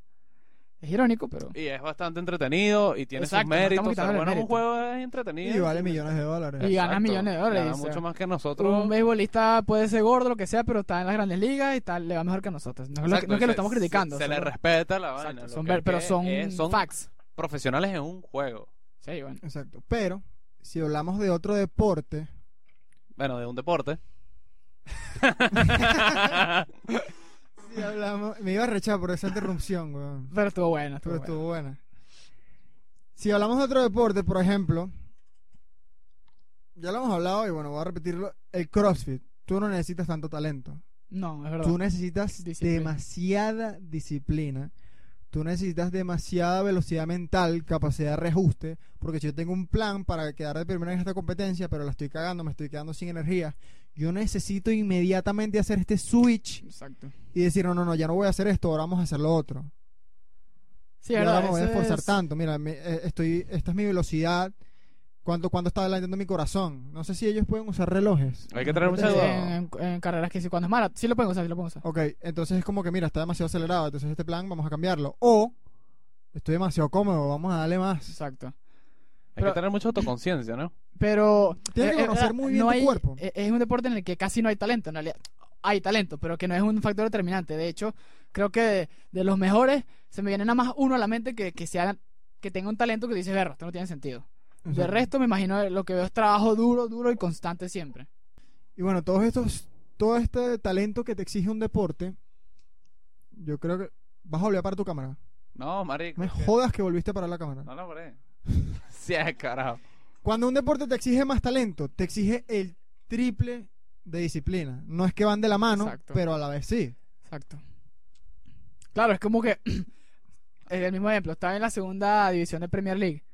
Es irónico, pero. Y es bastante entretenido y tiene Exacto, sus no estamos méritos. o sea, quitándole bueno, mérito. un juego es entretenido. Y vale millones de dólares. Y ganas Exacto. millones de dólares, Gana o sea, mucho más que Un nosotros. beisbolista puede ser gordo, lo que sea, pero está en las grandes ligas y tal, le va mejor que a nosotros. No es, lo que, Exacto, no es que lo se- estamos se- criticando. Se, le solo- respeta la Exacto, vaina. lo son que ver- pero es, son, es- son facts. profesionales en un juego. Sí, bueno. Exacto. Pero, si hablamos de otro deporte, Bueno, de un deporte. <laughs> si hablamos, me iba a rechar por esa interrupción, weón. Pero estuvo bueno. Estuvo bueno. Pero estuvo buena. Si hablamos de otro deporte, por ejemplo, ya lo hemos hablado y bueno, voy a repetirlo, el CrossFit. Tú no necesitas tanto talento. No, es verdad. Tú necesitas Disciplina. demasiada disciplina. Tú necesitas demasiada velocidad mental, capacidad de reajuste, porque si yo tengo un plan para quedar de primero en esta competencia, pero la estoy cagando, me estoy quedando sin energía, yo necesito inmediatamente hacer este switch Exacto. y decir, no, no, no, ya no voy a hacer esto, ahora vamos a hacer lo otro. Sí, Y es ahora verdad. me voy a eso esforzar es- tanto. Mira, me- eh, estoy, esta es mi velocidad. ¿Cuánto, cuánto está adelantando mi corazón? No sé si ellos pueden usar relojes. Hay que tener Sí, mucha Entonces, duda. en, en- en carreras que sí, cuando es mala, sí lo pueden usar, sí lo pueden usar. Ok, entonces es como que, mira, está demasiado acelerado, entonces este plan vamos a cambiarlo. O estoy demasiado cómodo, vamos a darle más. Exacto. Hay Pero- que tener mucha <laughs> autoconciencia, ¿no? Pero. Tienes que eh, eh, conocer muy bien no tu hay- cuerpo. eh, Es un deporte en el que casi no hay talento, en realidad. Hay talento, pero que no es un factor determinante. De hecho, creo que de, de los mejores se me viene nada más uno a la mente que, que, sea, que tenga un talento que dices, verro, esto no tiene sentido. De Exacto. resto, me imagino lo que veo es trabajo duro, duro y constante siempre. Y bueno, todos estos, todo este talento que te exige un deporte, yo creo que vas a volver a parar tu cámara. No, marico. Me es que- jodas que volviste a parar la cámara. No la paré. <laughs> sí, es carajo. Cuando un deporte te exige más talento, te exige el triple de disciplina. No es que van de la mano, Exacto. pero a la vez sí. Exacto. Claro, es como que. <clears throat> es el mismo ejemplo. Estaba en la segunda división de Premier League.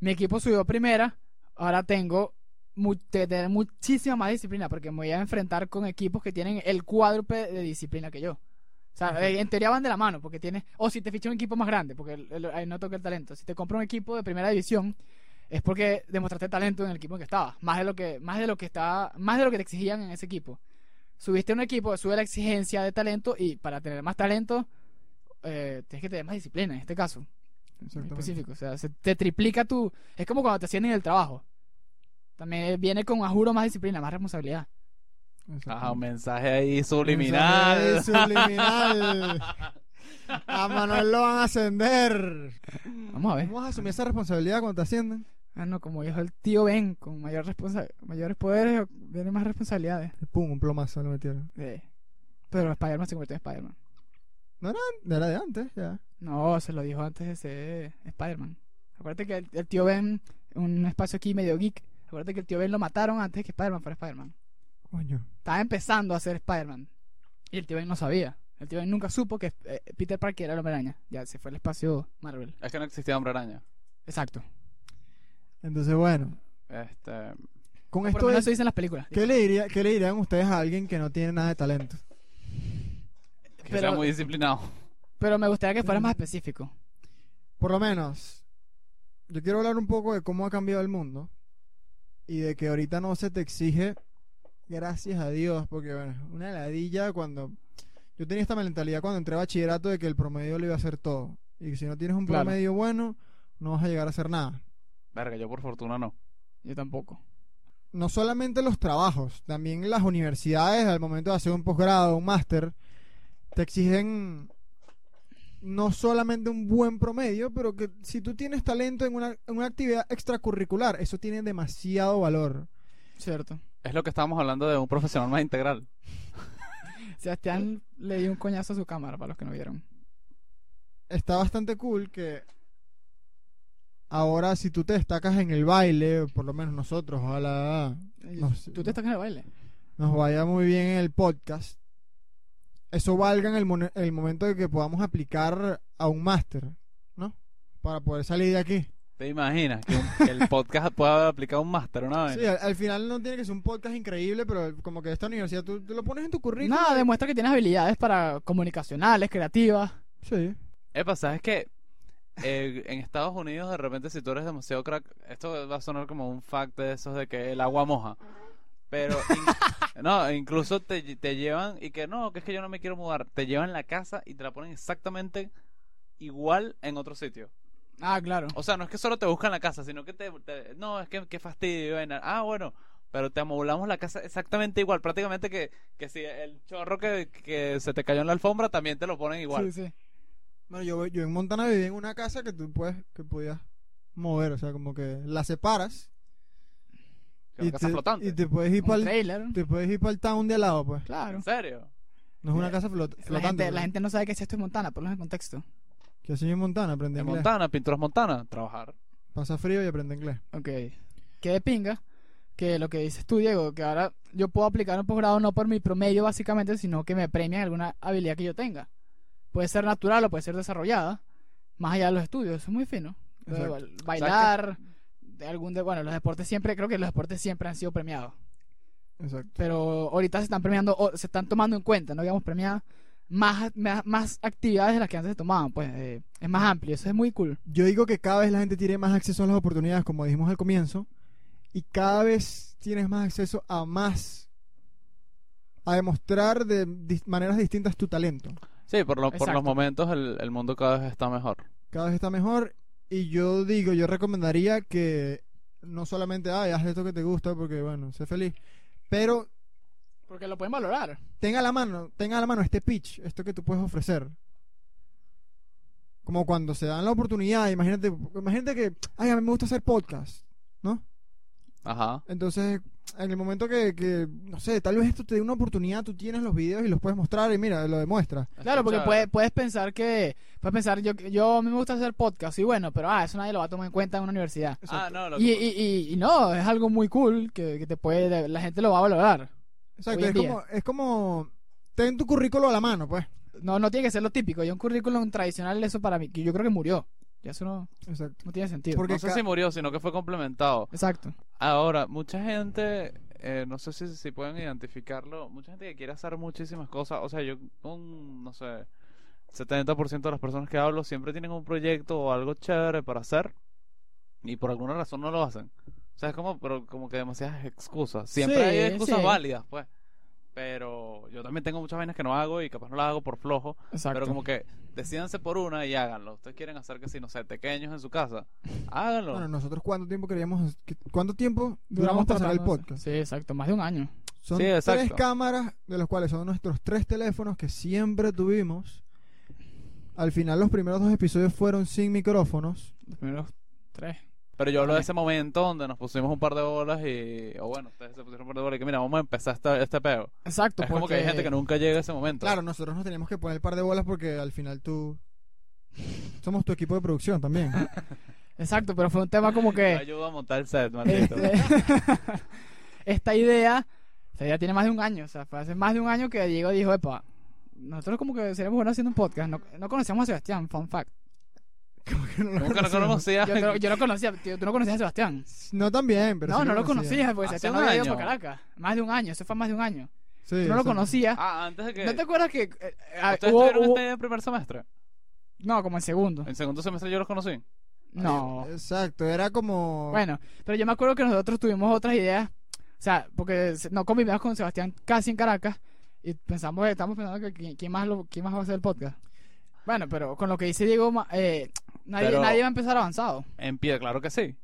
Mi equipo subió a primera. Ahora tengo mu- que tener muchísima más disciplina porque me voy a enfrentar con equipos que tienen el cuádruple de disciplina que yo. O sea, eh, en teoría van de la mano porque tienes. O si te ficha un equipo más grande, porque el- el- ahí no toca el talento. Si te compra un equipo de primera división. Es porque demostraste talento en el equipo en que estabas, más de lo que, más de lo que estaba, más de lo que te exigían en ese equipo subiste un equipo, sube la exigencia de talento y para tener más talento eh, tienes que tener más disciplina en este caso en Exactamente. específico. O sea, se te triplica tu... Es como cuando te ascienden en el trabajo. También viene con, a juro, más disciplina, más responsabilidad. Ajá, un Exactamente. mensaje ahí subliminal. Mensaje <laughs> Subliminal. A Manuel lo van a ascender. Vamos Pues. a ver. Vamos a asumir esa responsabilidad cuando te ascienden. Ah, no, como dijo el tío Ben, con mayor responsa- mayores poderes vienen más responsabilidades. Pum, un plomazo le metieron. Eh, Pero Spider-Man se convirtió en Spider-Man. Era de antes, ya. No, se lo dijo antes de ser Spider-Man. Acuérdate que el, el tío Ben, un espacio aquí medio geek, acuérdate que el tío Ben lo mataron antes que Spider-Man fuera Spider-Man. Coño. estaba empezando a ser Spider-Man. Y el tío Ben no sabía. El tío Ben nunca supo que eh, Peter Parker era el hombre araña. Ya se fue al espacio Marvel. Es que no existía hombre araña. Exacto. Entonces, bueno. Este, Por Con lo esto, menos de- eso dicen las películas. ¿qué, le diría, ¿qué le dirían ustedes a alguien que no tiene nada de talento? que Pero- sea muy disciplinado. Pero me gustaría que fuera Mm. más específico. Por lo menos, yo quiero hablar un poco de cómo ha cambiado el mundo y de que ahorita no se te exige, gracias a Dios, porque bueno, una ladilla cuando... Yo tenía esta mentalidad cuando entré a bachillerato de que el promedio lo iba a hacer todo. Y que si no tienes un Claro. promedio bueno, no vas a llegar a hacer nada. Verga, yo por fortuna no. Yo tampoco. No solamente los trabajos, también las universidades al momento de hacer un posgrado, un máster, te exigen no solamente un buen promedio, pero que si tú tienes talento en una, en una actividad extracurricular, eso tiene demasiado valor. Cierto. Es lo que estábamos hablando de un profesional más integral. Sebastián le dio un coñazo a su cámara para los que no vieron. Está bastante cool que ahora si tú te destacas en el baile, por lo menos nosotros, ojalá Eh, No sé, Tú no. te estás en el baile. nos vaya muy bien en el podcast, eso valga en el, mon- el momento de que podamos aplicar a un máster, ¿no? Para poder salir de aquí. ¿Te imaginas que, un- que <laughs> el podcast pueda haber aplicado un máster una vez? Sí, al, al final no tiene que ser un podcast increíble, pero como que esta universidad tú, tú lo pones en tu currículum. Nada, demuestra que tienes habilidades para comunicacionales, creativas. Sí. Epa, ¿sabes qué? Eh, en Estados Unidos, de repente, si tú eres demasiado crack, esto va a sonar como un fact de esos de que el agua moja. Pero, in- no, incluso te, lle- te llevan y que no, que es que yo no me quiero mudar. Te llevan la casa y te la ponen exactamente igual en otro sitio. Ah, claro. O sea, no es que solo te buscan la casa, sino que te. te- no, es que qué fastidio. vaina. Ah, bueno. Pero te amoblamos la casa exactamente igual. Prácticamente que, que si el chorro que, que se te cayó en la alfombra también te lo ponen igual. Sí, sí. Bueno, yo, yo en Montana viví en una casa que tú puedes, que podías mover, o sea, como que la separas Que es y una casa te, flotante. y te puedes ir Un para el, trailer. te puedes ir para el town de al lado, pues. Claro. ¿En serio? No es una Mira, casa flot- La flotante. gente, pues. la gente no sabe qué es esto en Montana, ponlos en contexto. ¿Qué haces en Montana? Aprende En inglés. Montana, pinturas Montana, trabajar. Pasa frío y aprende inglés. Ok. Que de pinga, que lo que dices tú, Diego, que ahora yo puedo aplicar un posgrado no por mi promedio básicamente, sino que me premian alguna habilidad que yo tenga. Puede ser natural o puede ser desarrollada, más allá de los estudios, eso es muy fino. Pero Exacto. igual, Bailar, de algún de, bueno, los deportes siempre, creo que los deportes siempre han sido premiados. Exacto. Pero ahorita se están premiando, o se están tomando en cuenta, no digamos premiadas más, más, más actividades de las que antes se tomaban, pues eh, es más amplio, eso es muy cool. Yo digo que cada vez la gente tiene más acceso a las oportunidades, como dijimos al comienzo, y cada vez tienes más acceso a más, a demostrar de dis- maneras distintas tu talento. Sí, por, lo- por Exacto. los momentos el, el mundo cada vez está mejor. Cada vez está mejor y yo digo, yo recomendaría que no solamente, ay, haz esto que te gusta porque, bueno, sé feliz, pero Porque lo pueden valorar. tenga a la mano, tenga a la mano este pitch, esto que tú puedes ofrecer. Como cuando se dan la oportunidad, imagínate, imagínate que, ay, a mí me gusta hacer podcast, ¿no? Ajá. Entonces, en el momento que, que, no sé, tal vez esto te dé una oportunidad, tú tienes los videos y los puedes mostrar y mira, lo demuestra. Claro, porque Escucha, puedes, puedes pensar que. Puedes pensar, yo, yo a mí me gusta hacer podcast, y bueno, pero ah, eso nadie lo va a tomar en cuenta en una universidad. Ah, no, lo Y, que- y, y, y no, es algo muy cool que, que te puede. La gente lo va a valorar. Exacto, hoy en es día. como, es como, ten tu currículo a la mano, pues. No, no tiene que ser lo típico. Y un currículum tradicional, eso para mí, que yo creo que murió. Ya eso no, Exacto. no tiene sentido. Porque no sé ca- si murió, sino que fue complementado. Exacto. Ahora, mucha gente, eh, no sé si, si pueden identificarlo, mucha gente que quiere hacer muchísimas cosas, o sea, yo, un, no sé, 70% de las personas que hablo siempre tienen un proyecto o algo chévere para hacer y por alguna razón no lo hacen. O sea, es como, pero como que demasiadas excusas. Siempre Sí, hay excusas sí. válidas, pues. Pero yo también tengo muchas vainas que no hago y capaz no las hago por flojo. Exacto. Pero como que decídanse por una y háganlo. Ustedes quieren hacer que si, no sé, pequeños en su casa. Háganlo. Bueno, nosotros cuánto tiempo queríamos, que- cuánto tiempo Duramos duramos para hacer el tratando- podcast. Sí, exacto. Más de un año. Son Sí, exacto. tres cámaras, de los cuales son nuestros tres teléfonos que siempre tuvimos. Al final los primeros dos episodios fueron sin micrófonos. Los primeros tres. Pero yo hablo de ese momento donde nos pusimos un par de bolas y. O bueno, ustedes se pusieron un par de bolas y que mira, vamos a empezar este, este peo. Exacto. Es como que hay porque- gente que nunca llega a ese momento. Claro, nosotros nos teníamos que poner par de bolas porque al final tú... Somos tu equipo de <laughs> producción también. Exacto, pero fue un tema como Yo <laughs> que. ayudo a montar el set, maldito. Este- <laughs> esta idea, esta idea tiene más de un año, o sea, fue hace más de un año que Diego dijo, epa, nosotros como que seríamos buenos haciendo un podcast, no, no conocíamos a Sebastián, fun fact. Como que no <laughs> lo Nunca lo conocíamos. conocía. Yo, creo- yo lo conocía, tío, tú no conocías a Sebastián. No tan bien, pero... no, sí no lo conocía. conocías, porque Hace Sebastián un no había ido año. para Caracas, más de un año, eso fue más de un año. Sí, Tú no lo exacto. conocías. Ah, antes de que. ¿No te acuerdas que... eh, ah, ¿Ustedes hubo- tuvieron este? hubo- esta idea en primer semestre? No, como el segundo. En segundo semestre yo los conocí. No. Exacto, era como... Bueno, pero yo me acuerdo que nosotros tuvimos otras ideas, o sea, porque se- no convivimos con Sebastián casi en Caracas y pensamos, estamos pensando que qui- quién más, lo, quién más va a hacer el podcast. Bueno, pero con lo que dice Diego, ma- eh, nadie, Pero- nadie va a empezar avanzado. En pie, claro que sí.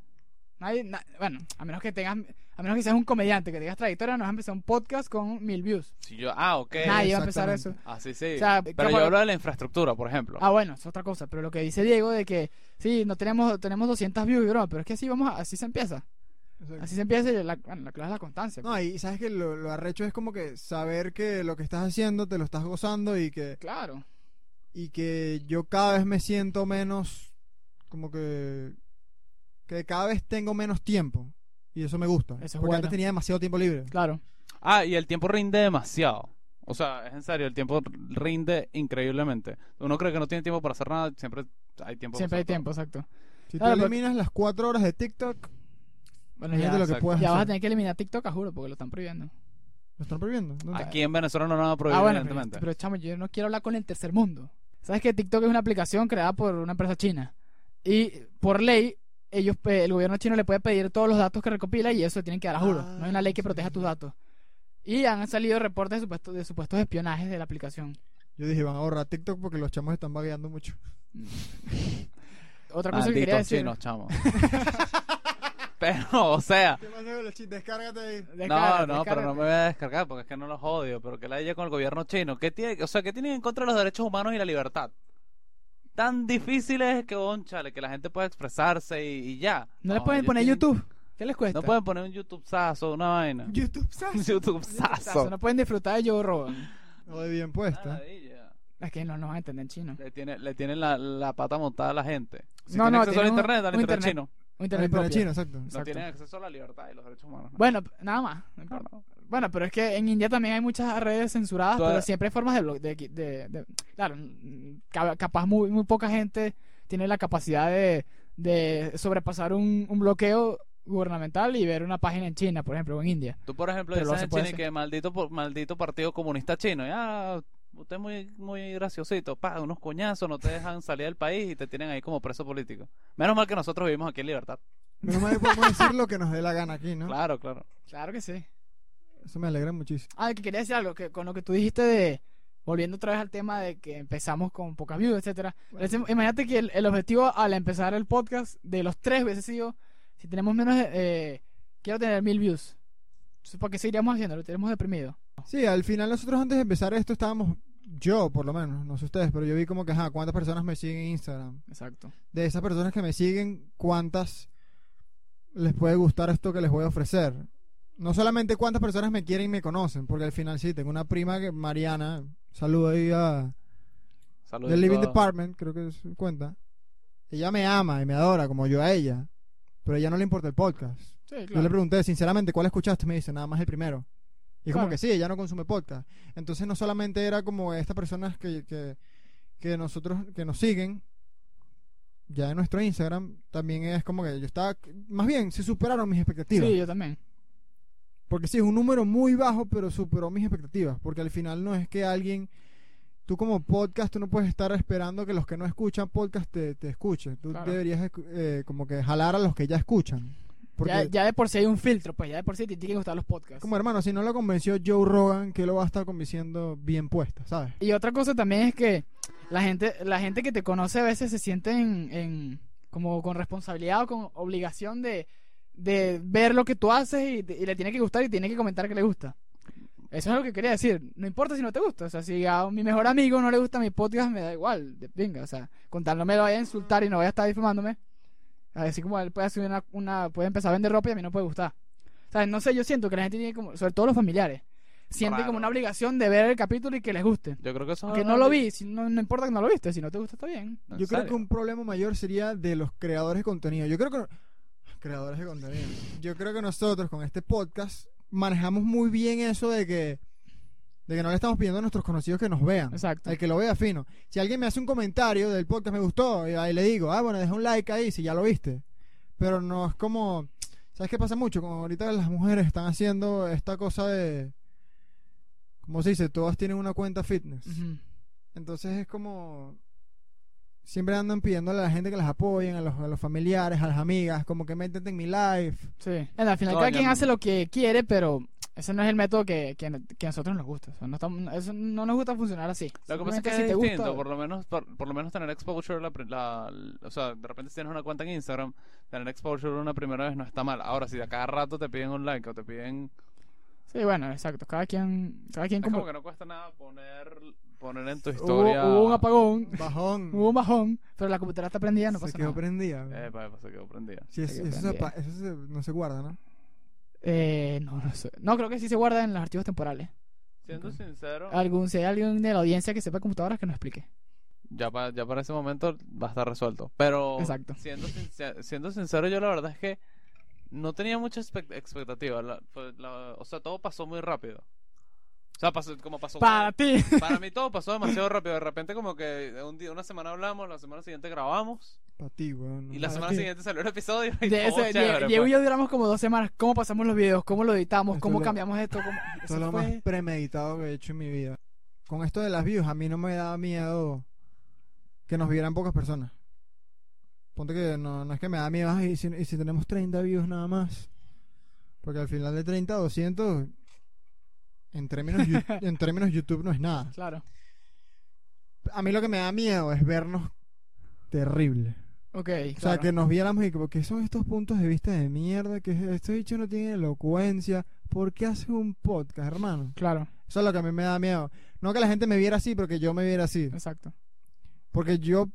Nadie, na- bueno, a menos que tengas, a menos que seas un comediante, que tengas trayectoria, no vas a empezar un podcast con mil views. Si yo, ah, ok. nadie va a empezar eso. exactamente. Así sí. O sea, Pero capaz- yo hablo de la infraestructura, por ejemplo. Ah, bueno, es otra cosa. Pero lo que dice Diego de que, sí, no tenemos, tenemos 200 views, bro, pero es que así vamos, a- así se empieza. Exacto. Así se empieza y la, bueno, la clave es la constancia. No, y sabes que lo, lo arrecho es como que saber que lo que estás haciendo te lo estás gozando y que, Claro. y que yo cada vez me siento menos como que que cada vez tengo menos tiempo y eso me gusta. Eso es porque bueno. antes tenía demasiado tiempo libre. Claro. Ah, y el tiempo rinde demasiado. O sea, es en serio, el tiempo rinde increíblemente. Uno cree que no tiene tiempo para hacer nada, siempre hay tiempo. para Siempre hay hacer todo. tiempo, exacto. Si Claro, tú pero- eliminas las cuatro horas de TikTok, Bueno, ya, imagínate lo que exacto. puedes ya vas a hacer. tener que eliminar TikTok, ah, juro, porque lo están prohibiendo. ¿Lo están prohibiendo? ¿Dónde? Aquí en Venezuela no lo van a prohibir, ah, bueno, pero, evidentemente. pero, chamo, yo no quiero hablar con el tercer mundo. ¿Sabes que TikTok es una aplicación creada por una empresa china? Y por ley, ellos pe- el gobierno chino le puede pedir todos los datos que recopila y eso tienen que dar a juro. Ah, no hay una ley que sí. proteja tus datos. Y han salido reportes de, supuesto- de supuestos espionajes de la aplicación. Yo dije, van a borrar TikTok porque los chamos están vagueando mucho. Otra cosa que quería Malditos decir. chinos, chamo. <laughs> pero, o sea, ¿Qué pasa con los chistes? Descárgate ahí. Descarga, no, no, pero descarga. no me voy a descargar porque es que no los odio, pero que la haya con el gobierno chino. ¿Qué tiene, o sea, ¿qué tienen en contra de los derechos humanos y la libertad? Tan difíciles que, chale, que la gente pueda expresarse y, y ya. ¿No le pueden ellos poner tienen- YouTube? ¿Qué les cuesta? No pueden poner un YouTube-sazo, una vaina. <laughs> YouTube Un Sass. Tazo, YouTube-sazo. No pueden disfrutar de Joe Rogan. O de bien Ah, puesta. Maravilla. Es que no nos van a entender en chino. Le tiene, le tienen la, la pata montada a la gente. Si No, tiene no, acceso al tiene un- internet, al un internet, internet. chino. Un Pero internet para propio. China, exacto. No Exacto. tienen acceso a la libertad y los derechos humanos. ¿no? Bueno, nada más. no No, importa. no. Bueno, pero es que en India también hay muchas redes censuradas, Toda- pero siempre hay formas de, blo- de, de- de- Claro, mm, ca- capaz muy, muy poca gente tiene la capacidad de, de sobrepasar un, un bloqueo gubernamental y ver una página en China, por ejemplo, o en India. Tú, por ejemplo, Pero lo dices hace, en puede China y ser. que maldito, por- maldito partido comunista chino. Ya, usted es muy, muy graciosito. Pa, unos coñazos, no te dejan salir del país y te tienen ahí como preso político. Menos mal que nosotros vivimos aquí en libertad. Menos mal que podemos decir lo que nos dé la gana aquí, ¿no? Claro, claro. Claro que sí. Eso me alegra muchísimo. Ah, que quería decir algo, que con lo que tú dijiste de... Volviendo otra vez al tema de que empezamos con pocas views, etcétera. Bueno. Ese- Imagínate que el, el objetivo al empezar el podcast de los tres hubiese sido, si tenemos menos, de- eh, quiero tener mil views. Entonces, ¿para qué seguiríamos haciendo? Lo tenemos deprimido. Sí, al final nosotros antes de empezar esto estábamos, yo por lo menos, no sé ustedes, pero yo vi como que, ajá, ¿cuántas personas me siguen en Instagram? Exacto. De esas personas que me siguen, ¿cuántas les puede gustar esto que les voy a ofrecer? No solamente cuántas personas me quieren y me conocen, porque al final sí, tengo una prima que, Mariana, saludo ahí a, Saludos. del Living Department, creo que es- cuenta. Ella me ama y me adora como yo a ella, pero a ella no le importa el podcast. Sí, Yo claro. le pregunté, sinceramente, ¿cuál escuchaste? Me dice, nada más el primero. Y es como Claro. que sí, ella no consume podcast. Entonces no solamente era como estas personas que, que, que nosotros, que nos siguen, ya en nuestro Instagram, también es como que yo estaba, más bien, se superaron mis expectativas. Sí, yo también. Porque sí, es un número muy bajo, pero superó mis expectativas. Porque al final no es que alguien, tú como podcast, tú no puedes estar esperando que los que no escuchan podcast te, te escuchen. Tú Claro. deberías escu- eh, como que jalar a los que ya escuchan. Porque Ya, ya de por sí hay un filtro, pues ya de por sí te tienen que gustar los podcasts. Como hermano, si no lo convenció Joe Rogan, que lo va a estar convenciendo bien puesta, ¿sabes? Y otra cosa también es que la gente, la gente que te conoce a veces se siente en, en- como con responsabilidad o con obligación de, de ver lo que tú haces y, te- y le tiene que gustar y tiene que comentar que le gusta. Eso es lo que quería decir. No importa si no te gusta. O sea, si a mi mejor amigo no le gusta mi podcast, me da igual. De pinga. O sea, con tal no me lo vaya a insultar y no vaya a estar difamándome. Así como él puede subir una, una- puede empezar a vender ropa y a mí no puede gustar. O sea, no sé, yo siento que la gente tiene como, sobre todo los familiares, sienten Claro. como una obligación de ver el capítulo y que les guste. Yo creo que eso es Aunque una- no lo vi, si no, no importa que no lo viste, si no te gusta está bien. ¿En Yo creo serio? que un problema mayor sería de los creadores de contenido. Yo creo que. Creadores de contenido. Yo creo que nosotros con este podcast manejamos muy bien eso de que. De que no le estamos pidiendo a nuestros conocidos que nos vean. Exacto. Al que lo vea fino. Si alguien me hace un comentario del podcast, me gustó, y ahí le digo, ah, bueno, deja un like ahí si ya lo viste. Pero no es como. ¿Sabes qué pasa mucho? Como ahorita las mujeres están haciendo esta cosa de. ¿Cómo se dice? Todas tienen una cuenta fitness. Ujú. Entonces es como. Siempre andan pidiéndole a la gente que las apoyen, a los, a los familiares, a las amigas, como que métete en mi live. Sí. Bueno, al final Coño, cada quien no. hace lo que quiere, pero ese no es el método que, que, que a nosotros nos gusta. O sea, no, estamos- eso no nos gusta funcionar así. Lo que pasa es Simplemente que si es te gusta- distinto, por lo menos por, por lo menos tener exposure, la, pri- la- o sea, de repente si tienes una cuenta en Instagram, tener exposure una primera vez no está mal. Ahora, si a cada rato te piden un like o te piden... Sí, bueno, exacto. Cada quien, cada quien Es como como... que no cuesta nada poner, poner en tu Hubo, historia... Mm. hubo un <laughs> apagón, Bajón. <laughs> hubo un bajón, pero la computadora está prendida, no se pasa quedó nada. prendida. Epa, epa, Eh, se quedó prendida. Sí, es- se quedó eso, se prendida. apa- eso se- no se guarda, ¿no? Eh, no, no sé. No, creo que sí se guarda en los archivos temporales. Siendo Ok. sincero, Algún, si hay alguien de la audiencia que sepa computadoras, que nos explique. ya, pa- ya para ese momento va a estar resuelto. Pero Exacto. siendo, sincer- siendo sincero, yo la verdad es que no tenía mucha expect- expectativa. La- fue- la- o sea, todo pasó muy rápido. O sea, pasó, como pasó... Para ti. Para mí todo pasó demasiado rápido. De repente como que un día, una semana hablamos, la semana siguiente grabamos Pa' ti, weón. y la Ah, semana sí. siguiente salió el episodio. <laughs> Y De todo eso, chévere, Diego- Diego y pues. yo duramos como dos semanas. ¿Cómo pasamos los videos? ¿Cómo lo editamos? Esto ¿Cómo lo- cambiamos esto? ¿Cómo- Esto Eso es lo fue- más premeditado que he hecho en mi vida. Con esto de las views, a mí no me daba miedo que nos vieran pocas personas. Ponte que no, no es que me da miedo, ay, ¿y si, y si tenemos 30 views nada más. Porque al final de <laughs> 30, 200, en términos, yu- en términos YouTube no es nada. Claro. a mí lo que me da miedo es vernos terrible. Ok, O sea, claro. que nos viéramos y que, ¿qué son estos puntos de vista de mierda? Que estos dicho no tienen elocuencia. ¿Por qué haces un podcast, hermano? Claro, Eso es lo que a mí me da miedo. No que la gente me viera así, porque yo me viera así. exacto. Porque yo,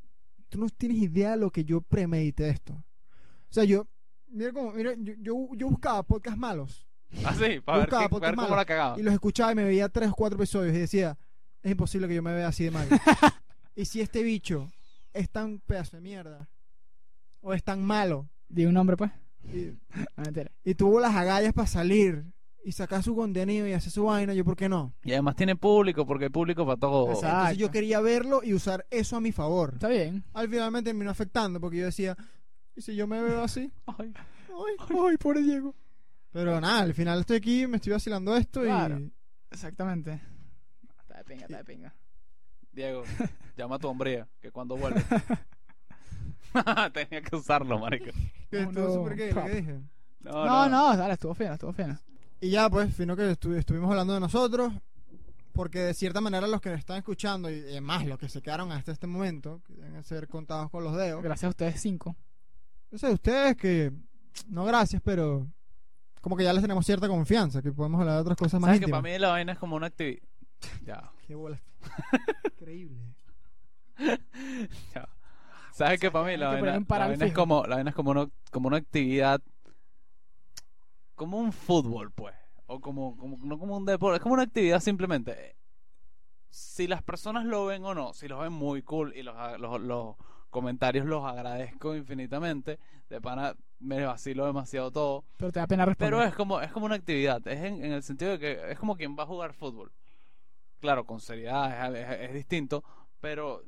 tú no tienes idea de lo que yo premedité esto. O sea, yo, mira como, mira, yo, yo, yo buscaba podcasts malos Así, para Ah, ver, Buscaba qué- podcast ver cómo malo. la cagaba. y los escuchaba y me veía tres o cuatro episodios y decía, es imposible que yo me vea así de mal. y si este bicho es tan pedazo de mierda, o es tan malo, Di un nombre, pues. <laughs> y, Ah, mentira. y tuvo las agallas para salir y sacar su contenido y hacer su vaina, yo, ¿por qué no? Y además tiene público, porque hay público para todo. Exacto. Entonces yo quería verlo y usar eso a mi favor. Está bien. Al final me terminó afectando porque yo decía, ¿y si yo me veo así? Ay, Ay. Ay, pobre Diego. Pero nada, al final estoy aquí, me estoy vacilando esto Claro. y... Exactamente. Está de pinga, está de pinga. <laughs> Diego, llama a tu hombría, que cuando vuelve. <laughs> Tenía que usarlo, marico. que No, estuvo no, súper gay, lo pap. que dije. No, no, dale, estuvo fino, estuvo fino. Y ya, pues, fino que estu- estuvimos hablando de nosotros, porque de cierta manera los que nos están escuchando, y además los que se quedaron hasta este momento, que deben ser contados con los dedos, Gracias a ustedes cinco. yo sé de ustedes que, no gracias, pero como que ya les tenemos cierta confianza, que podemos hablar de otras cosas más Sabes que para íntimas. mí la vaina es como una actividad. Ya, Qué bola. Increíble. ya. Sabes que para mí la Hay que poner vaina, un paral la vaina es fijo. como, la vaina es como una, como una actividad, como un fútbol, pues, o como, como no como un deporte, es como una actividad simplemente. Si las personas lo ven o no, si los ven muy cool y los, a- los, los comentarios los agradezco infinitamente, de pana me vacilo demasiado todo. Pero te da pena responder. Pero es como, es como una actividad, es en, en el sentido de que es como quien va a jugar fútbol. Claro, con seriedad es, es- es distinto, pero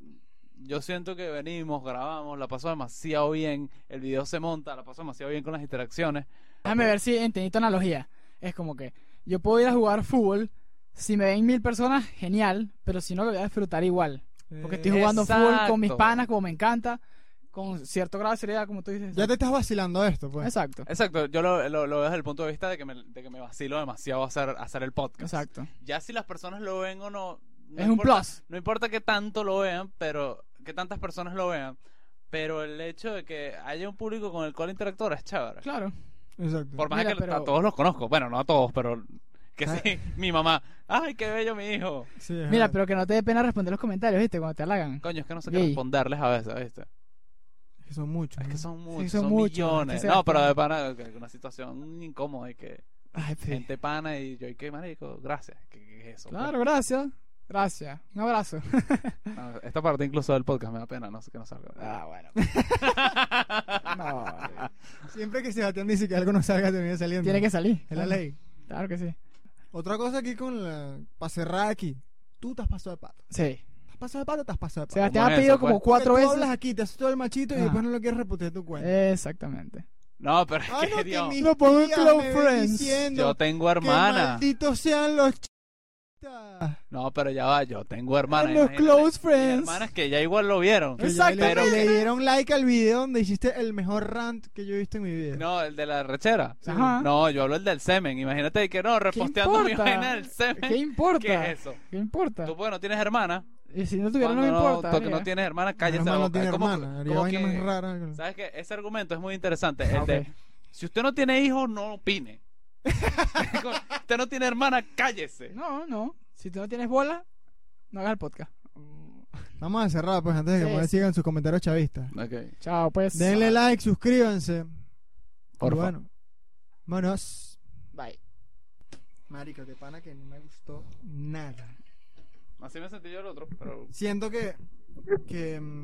yo siento que venimos, grabamos, la pasó demasiado bien, el video se monta, la pasó demasiado bien con las interacciones. Déjame ver si entendí tu analogía. Es como que yo puedo ir a jugar fútbol. Si me ven mil personas, genial. Pero si no, lo voy a disfrutar igual. Eh, Porque estoy jugando fútbol con mis exacto. panas, como me encanta. Con cierto grado de seriedad, como tú dices. Ya te estás vacilando esto, pues. Exacto. Exacto, yo lo, lo- lo veo desde el punto de vista de que me, de que me vacilo demasiado hacer, hacer el podcast. Exacto. Ya si las personas lo ven o no, no Es un importa- plus. No importa que tanto lo vean, pero que tantas personas lo vean, pero el hecho de que haya un público con el cual interactuar es chévere. Claro. Exacto. Por más Mira, que pero- a todos los conozco. Bueno, no a todos, pero que Ah. sí. <laughs> Mi mamá. ¡Ay, qué bello mi hijo! Sí, es Mira, verdad. pero que no te dé pena responder los comentarios, ¿viste? Cuando te halagan. Coño, es que no sé qué Gay. responderles a veces, ¿viste? Que son muchos. Es que ¿no? son muchos, Mm. son son, muchos, es millones. que se no, las pero ponen. de pana, que- que una situación incómoda y que Ay, sí. gente pana y yo, ¿y qué marico? Gracias. ¿Qué, qué es eso? pues? Claro, gracias. Gracias. Un <laughs> abrazo. No, esta parte incluso del podcast me da pena, no sé que no salga. Ah, bueno. Siempre que Sebastián dice que algo no salga, termina saliendo. Tiene que salir. Es la ley. Claro que sí. Otra cosa aquí con la... Para cerrar aquí. Tú te has pasado de pato. Sí. ¿Te has pasado de pato o te has pasado de pato? Sebastián es ha pedido eso, pues? como cuatro Porque tú veces. hablas aquí, te haces todo el machito y Ah. Eh, después no lo quieres reputar tu cuenta. Exactamente. <laughs> No, pero es <laughs> Ay, que, no, que Dios, mis Lo pongo en tías Cloud me ven Friends. diciendo yo tengo que hermana. malditos sean los chitas. No, pero ya va, yo tengo hermana. En los imagínate. close Mis friends. Hermanas que ya igual lo vieron. Que ya Exacto, le- pero- le dieron like al video donde hiciste el mejor rant que yo he visto en mi vida. No, el de la rechera. Ajá. No, yo hablo el del semen. Imagínate que no, reposteando mi importa? vaina del ¿Qué semen. importa? ¿Qué es eso? ¿Qué importa? Tú porque no tienes hermana. Y si no tuviera, no me cuando importa. tú que no amiga. tienes hermana, Mi cállese la hermano boca. no tiene Es como- hermana. haría como vaina que- más rara. ¿Sabes qué? Ese argumento es muy interesante. El Ah, ok. de, si usted no tiene hijos, no opine. <laughs> usted no tiene hermana, cállese. No, no. Si tú no tienes bola, no hagas el podcast. Mm. Vamos a cerrar, pues, antes de que Sí, me sí. sigan sus comentarios chavistas. Ok. Chao, pues. Denle like, suscríbanse. Por Y favor. bueno, vámonos. Bye. Marico, de pana que no me gustó nada. Así me sentí yo el otro, pero... Siento que. que mm,